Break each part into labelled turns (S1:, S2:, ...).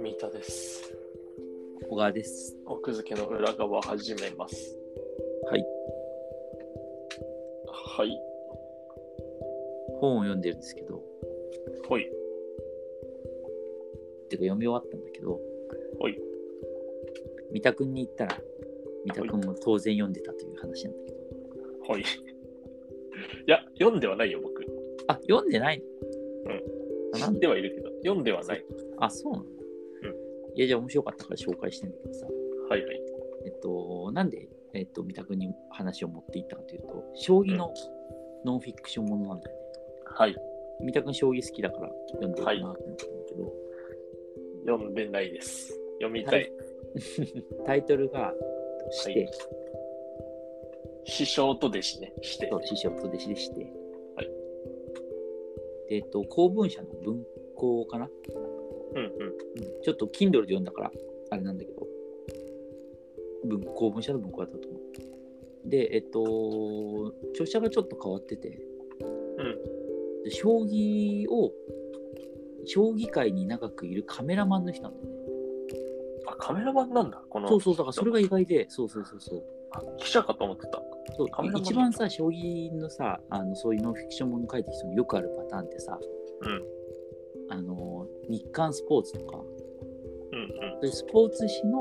S1: 三田です。
S2: 小川です。
S1: 奥付けの裏側始めます。
S2: はい。
S1: はい。
S2: 本を読んでるんですけど、
S1: ほい。
S2: てか読み終わったんだけど、
S1: はい。
S2: 三田くんに言ったら、三田くんも当然読んでたという話なんだけど、
S1: ほい。い や、読んではないよ、僕。
S2: あ、読んでないあ
S1: 知
S2: なん
S1: ってはいるけど、読んではない。
S2: あ、そうなんだ。
S1: うん
S2: いや、じゃあ面白かったから紹介してんだけどさ、
S1: はいはい。
S2: えっと、なんで、えっと、三田くんに話を持っていったかというと、将棋のノンフィクションものなんだよね。
S1: はい。
S2: 三田くん将棋好きだから読んでるかなと思ったんだけど、
S1: 読んでないです。読みた
S2: はいい。タイトルが、して、
S1: はい師匠と弟子ね。して
S2: そ。う師匠と弟子でして、
S1: はい
S2: でえっと、公文社の文庫かな、
S1: うんうん。
S2: ちょっと Kindle で読んだから、あれなんだけど、文公文社の文庫だったと思う。で、えっと、著者がちょっと変わってて、で将棋を、将棋界に長くいるカメラマンの人なんだよね。
S1: あ、カメラマンなんだ。この
S2: そうそう、だからそれが意外で、そうそうそうそう。
S1: あ記者かと思ってた。
S2: そう
S1: カメラマン
S2: 一番さ、将棋のさ、あのそういうノンフィクションもの書いてる人によくあるパターンってさ、
S1: うん
S2: あの日刊スポーツとか、
S1: うんうん。
S2: そういうスポーツ紙の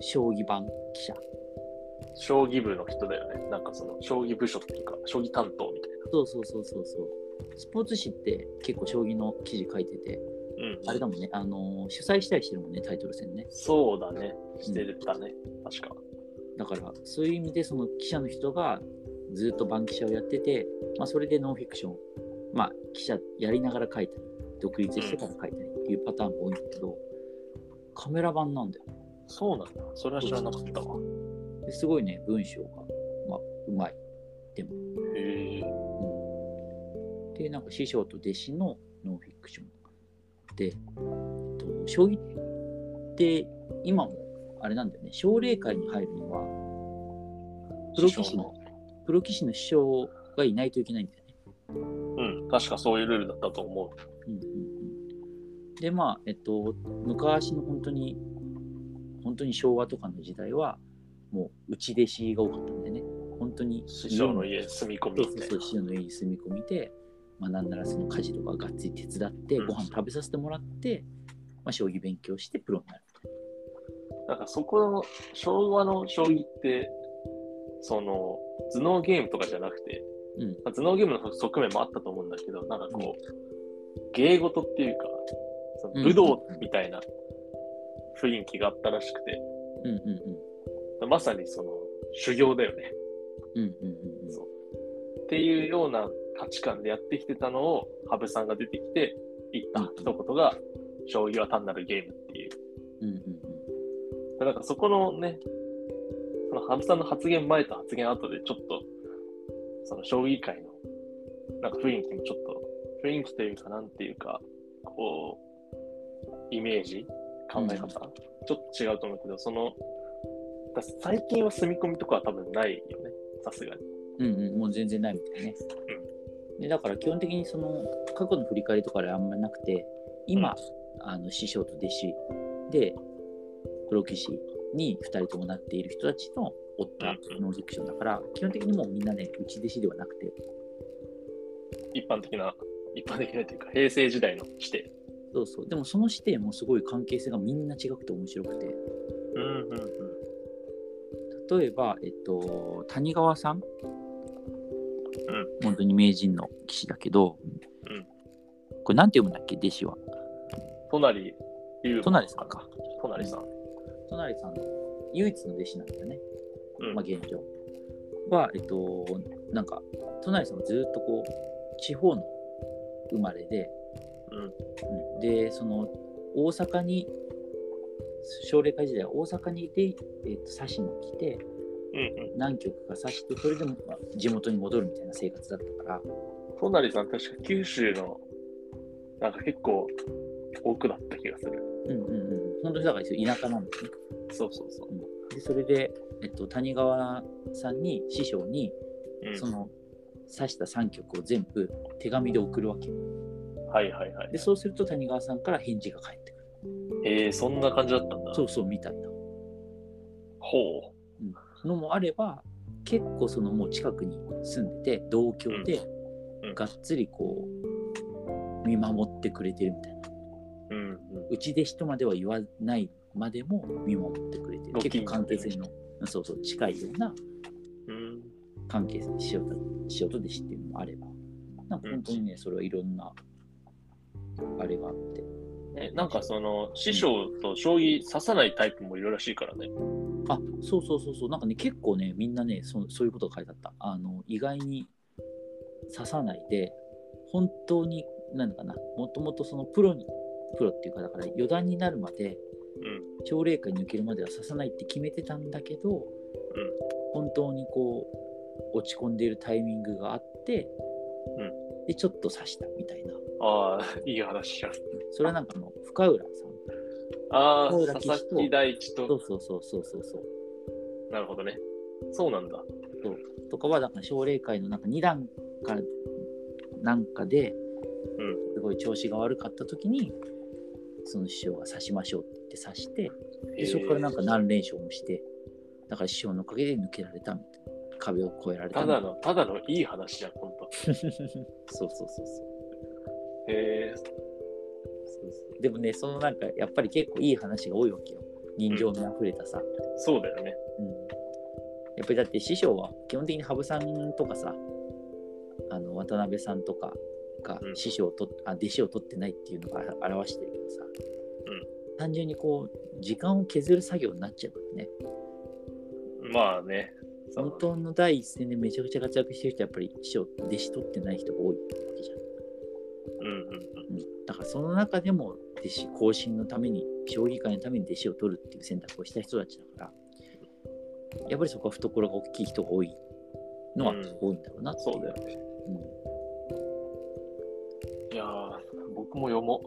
S2: 将棋版記者。
S1: 将棋部の人だよね。なんかその、将棋部署っていうか、将棋担当みたい
S2: そうそうそうそうそう。スポーツ紙って結構将棋の記事書いてて、
S1: な。うん。
S2: あれだもんね、あの主催したりしてるもんね、タイトル戦ね。
S1: そうだね。してるだね。確か。
S2: だから、そういう意味でその記者の人がずっと番記者をやってて、まあ、それでノンフィクション、まあ、記者やりながら書いたり、独立してから書いたりっていうパターンも多いんだけど、カメラ版なんだよ。
S1: そうなんだ。それは知らなかったわ。
S2: ですごいね、文章が、まあ、うまい。
S1: へえ。
S2: うんで、なんか師匠と弟子のノンフィクション。で、えっと、将棋って今もあれなんだよね、奨励会に入るには、プロ棋士の、プロ棋士の師匠がいないといけないんだよね。
S1: うん、確かそういうルールだったと思う。
S2: うんうんうんでまあえっと昔の本当に本当に昭和とかの時代はもう内弟子が多かったんでね本当に
S1: 師匠の
S2: 家
S1: 家住み込
S2: に
S1: み
S2: そう
S1: み
S2: そ
S1: たい
S2: うそ
S1: な
S2: う師匠の家に住み込みで、まあ、なんならその家事とかがっつり手伝って
S1: うん
S2: ご飯食べさせてもらって、まあ、将棋勉強してプロになる
S1: なんかそこの昭和の将棋って、その頭脳ゲームとかじゃなくて、
S2: うん
S1: まあ頭脳ゲームの側面もあったと思うんだけど、なんかこう、芸事っていうか、その武道みたいな雰囲気があったらしくて、
S2: うんうん
S1: まさにその修行だよね。
S2: うんうんうんうんうん
S1: そうっていうような価値観でやってきてたのを羽生さんが出てきて言った一言が「将棋は単なるゲーム」っていう
S2: うんうん
S1: だからそこのねその羽生さんの発言前と発言後でちょっとその将棋界のなんか雰囲気もちょっと雰囲気というかなんていうかこうイメージ考え方、
S2: うん
S1: ちょっと違うと思うけどそのだから最近は住み込みとかは多分ないよねさすがに。
S2: うんうんうんもう全然ないみたいね。でだから基本的にその過去の振り返りとかであんまりなくて今、あの師匠と弟子でプロ棋士に2人ともなっている人たちの追ったノンフィクションだから基本的にもうみんなね内弟子ではなくて
S1: 一般的な、一般的なというか、平成時代の指定。
S2: そうそうでもその視点もすごい関係性がみんな違くて面白くて
S1: うんうんうん。
S2: 例えば、えっと、谷川さん、本当に名人の棋士だけど、
S1: うん
S2: これなんて読むんだっけ弟子は
S1: 隣、龍馬
S2: 隣さんか。
S1: 隣さん。
S2: 隣さんの唯一の弟子なんだよね
S1: うん。
S2: まあ、現状は、えっと、なんか、都内さんはずっとこう、地方の生まれで、
S1: うん
S2: うんで、その、大阪に、奨励会時代は大阪にいて、えっと、刺しに来て、
S1: うんうん。
S2: 何局か刺して、それでも、まあ地元に戻るみたいな生活だったから、
S1: 隣さん、確か九州の、なんか結構、奥だった気がする。
S2: うんうんうん、本当にだから田舎なんですね。
S1: そうそうそう。
S2: で、それで、えっと、谷川さんに、師匠に、
S1: うん、
S2: その指した3曲を全部手紙で送るわけ。
S1: はいはいはい。
S2: で、そうすると谷川さんから返事が返ってくる。
S1: えー、そんな感じだったんだ。
S2: そうそう、みたいな
S1: ほ
S2: のもあれば、結構そのもう近くに住んでて、同居で
S1: うんうん、
S2: がっつりこう、見守ってくれてるみたいな。
S1: う。うん、うん。
S2: うちで人までは言わないまでも見守ってくれてる。
S1: ご近所
S2: 結構関係性の、そうそう、近いような
S1: うん。
S2: 関係性しようとしようとで知っていうのもあればなんか本当にね、それはいろんなあれがあって
S1: え、なんかその、師匠と将棋指さないタイプもいるらしいからね。
S2: あそうそうそうそうなんかね結構ねみんなねそそういうことが書いてあったあの意外に刺さないで本当になんだかなもともとそのプロにプロっていうかだから余談になるまで
S1: う
S2: 奨励会に抜けるまでは刺さないって決めてたんだけど、本当にこう落ち込んでいるタイミングがあって、
S1: う
S2: でちょっと刺したみたいな
S1: ああ、 いい話じゃん。
S2: それはなんかあの深浦さん。
S1: ああ、
S2: そう
S1: 佐
S2: だ
S1: 々木大地
S2: そ
S1: と
S2: う、そうそうそうそうそう。
S1: なるほどね。そうなんだ。
S2: とかはなんか奨励会のなんか2段かなんかで
S1: うん、
S2: すごい調子が悪かった時にその師匠が刺しましょうって言って刺してでそこからなんか
S1: えー
S2: 何連勝もしてだから師匠のおかげで抜けられたみたいな壁を越えられ
S1: た
S2: たみた
S1: だ
S2: いな
S1: の、ただのいい話じゃん、ほんと。
S2: そうそうそうそう
S1: へえ
S2: でもねそのなんかやっぱり結構いい話が多いわけよ人情味あふれたさ、
S1: そうだよね。
S2: うんやっぱりだって師匠は基本的に羽生さんとかさあの渡辺さんとかが
S1: うん
S2: 師匠をと、あ弟子を取ってないっていうのがあ表してるけど
S1: う
S2: さ、
S1: ん
S2: 単純にこう時間を削る作業になっちゃうからね
S1: まあね。その
S2: 本当の第一線でめちゃくちゃ活躍してる人はやっぱり師匠弟子取ってない人が多いわけじゃん、
S1: うんうんうん。
S2: うん、だからその中でも弟子更新のために将棋界のために弟子を取るっていう選択をした人たちだからやっぱりそこは懐が大きい人が多いのは
S1: うん
S2: 多いんだろうなっていう、
S1: そうだよね。
S2: うん
S1: いやー、僕も読も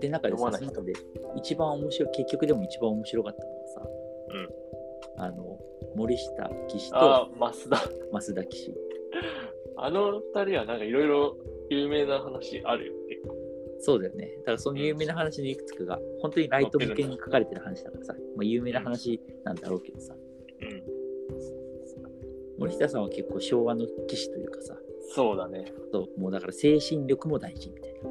S2: で、中で
S1: 読ま
S2: さ、
S1: ない
S2: その中で、一番面白い、結局でも一番面白かったのはさ、
S1: うん
S2: あの、森下騎士
S1: う。あ
S2: と
S1: あ、増田。
S2: 増田騎士。
S1: あの二人はなんかいろいろ有名な話あるよ。結構
S2: そうだよね。だからその有名な話のいくつかが、本当にライト向けに書かれてる話だからさ、まあ、有名な話なんだろうけどさ、
S1: うん。
S2: 森下さんは結構昭和の騎士というかさ、
S1: そうだね。
S2: そうもうだから精神力も大事みたいな。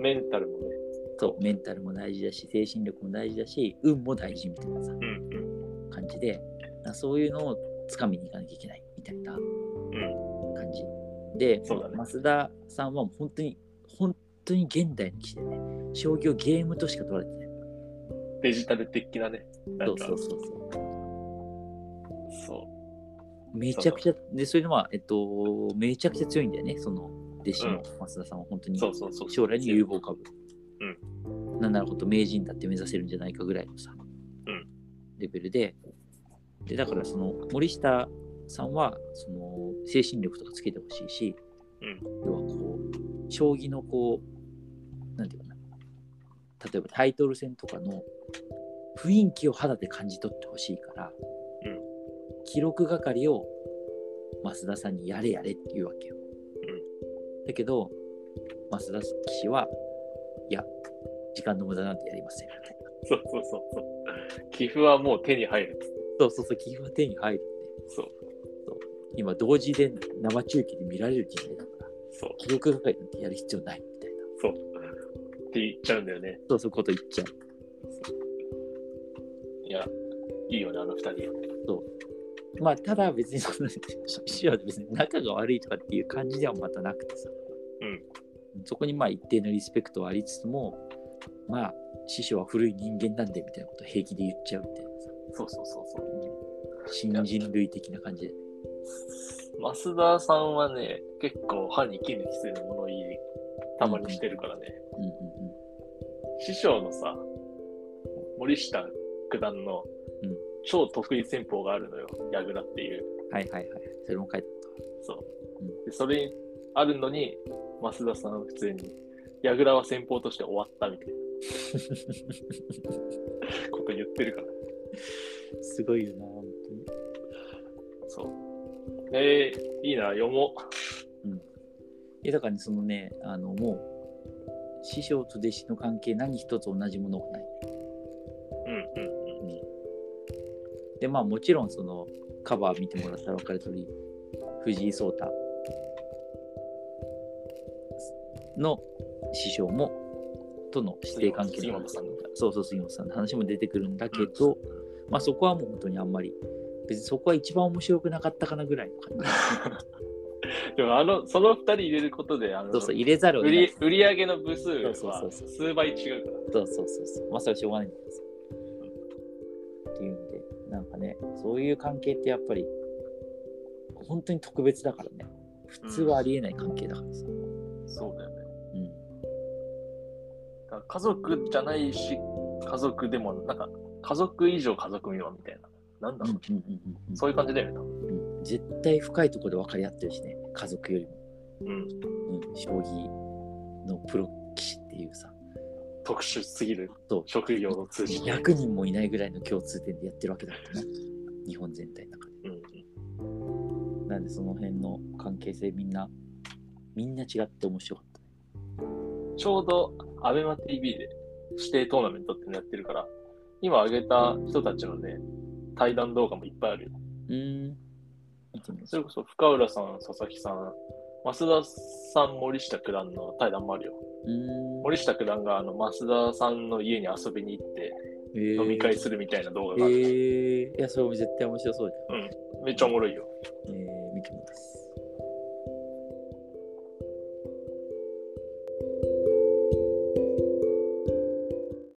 S1: メンタルもね。
S2: そう、メンタルも大事だし、精神力も大事だし、運も大事みたいなさ、
S1: うんうん。
S2: 感じで、なんかそういうのをつかみに行かなきゃいけないみたいな。
S1: うん。
S2: 感じで、
S1: そうだね
S2: 増田さんはもう本当に本当に現代の棋士でね将棋をゲームとしか取られてない
S1: デジタル的なね。な
S2: そ
S1: ん
S2: う
S1: か、
S2: そうそうそう
S1: そう。
S2: めちゃくちゃでそれでまあえっとめちゃくちゃ強いんだよねその弟子の増田さんは本当に
S1: そうそうそう。
S2: 将来に有望株
S1: う
S2: なんならほんと名人だって目指せるんじゃないかぐらいのさ、
S1: うん
S2: レベルででだからその森下さんはその精神力とかつけてほしいし、
S1: うん
S2: 要はこう将棋のこうなんていうかな例えばタイトル戦とかの雰囲気を肌で感じ取ってほしいから、
S1: うん
S2: 記録係を増田さんにやれやれっていうわけよ。だけど増田騎士は、いや、時間の無駄なんてやりません。
S1: そうそうそうそう。寄付はもう手に入る。
S2: そうそうそう、寄付は手に入るって。
S1: そう。
S2: 今、同時で生中継で見られる時代だから、
S1: そう。
S2: 記録係なんてやる必要ないみたいな。
S1: そう。って言っちゃうんだよね。
S2: そうそういうこと言っちゃう。
S1: いや、いいよね、あの二人。
S2: まあ、ただ別にその、 師匠は別に仲が悪いとかっていう感じではまたなくてさ。
S1: うん。
S2: そこにまあ一定のリスペクトはありつつも、まあ、師匠は古い人間なんでみたいなことを平気で言っちゃうみたいなさ。
S1: そうそうそうそう。
S2: 新人類的な感じで。
S1: 増田さんはね、結構歯に衣着せる物言い、たまにしてるからね。
S2: うんうんうん。
S1: 師匠のさ、森下九段の
S2: うん
S1: 超得意戦法があるのよ、矢倉っていう。
S2: はいはいはい。それも書いてあっ
S1: そう。
S2: うん
S1: でそれにあるのに、増田さんは普通に、矢倉は戦法として終わったみ たいなこと言ってるから。
S2: たわ。すごいよな、本当に。
S1: そう。えー、いいな、読も。
S2: えだからねそのねあのもう師匠と弟子の関係何一つ同じものがないう
S1: うんうんうん。
S2: でまあもちろんそのカバー見てもらったら分かる通り藤井聡太の師匠もとの師弟関係
S1: 杉
S2: の
S1: 本さんの
S2: そうそう杉本さんの話も出てくるんだけど、まあそこはもう本当にあんまり別にそこは一番面白くなかったかなぐらいの感じ
S1: でも、あの、その二人入れることで、あの、
S2: そうそう入れざるを
S1: 売
S2: 得ない
S1: り売り上げの部数は
S2: そうそうそうそ
S1: 数倍違うから。
S2: そうそうそうそう。まあそれはしょうがないんですよ。っていうんで、なんかね、そういう関係ってやっぱり、本当に特別だからね。普通はありえない関係だからさ。うん。
S1: そうだよね。だから家族じゃないし、家族でも、なんか、家族以上家族未満みたいな。なんだろう、そういう感じだよね。多分
S2: うん絶対深いところで分かり合ってるしね。家族よりも。
S1: うん。
S2: うん、将棋のプロ棋士っていうさ。
S1: 特殊すぎる
S2: そう
S1: 職業を通じて。
S2: 100人もいないぐらいの共通点でやってるわけだからね。日本全体の中で。
S1: うんうん
S2: なんでその辺の関係性みんな、みんな違って面白かった。
S1: ちょうど、アベマ t v で指定トーナメントっていうのやってるから、今挙げた人たちのね、対談動画もいっぱいあるよ。
S2: うーん。見てみまし
S1: そ
S2: ょ
S1: れ
S2: う
S1: こそ、深浦さん、佐々木さん、増田さん、森下九段の対談もあるよ。
S2: うーん
S1: 森下九段があの増田さんの家に遊びに行って飲み会するみたいな動画
S2: え
S1: がある。
S2: ーいや、それも絶対面白そうじ
S1: めっちゃおもろいよ。
S2: ゃん。えー、見てみます。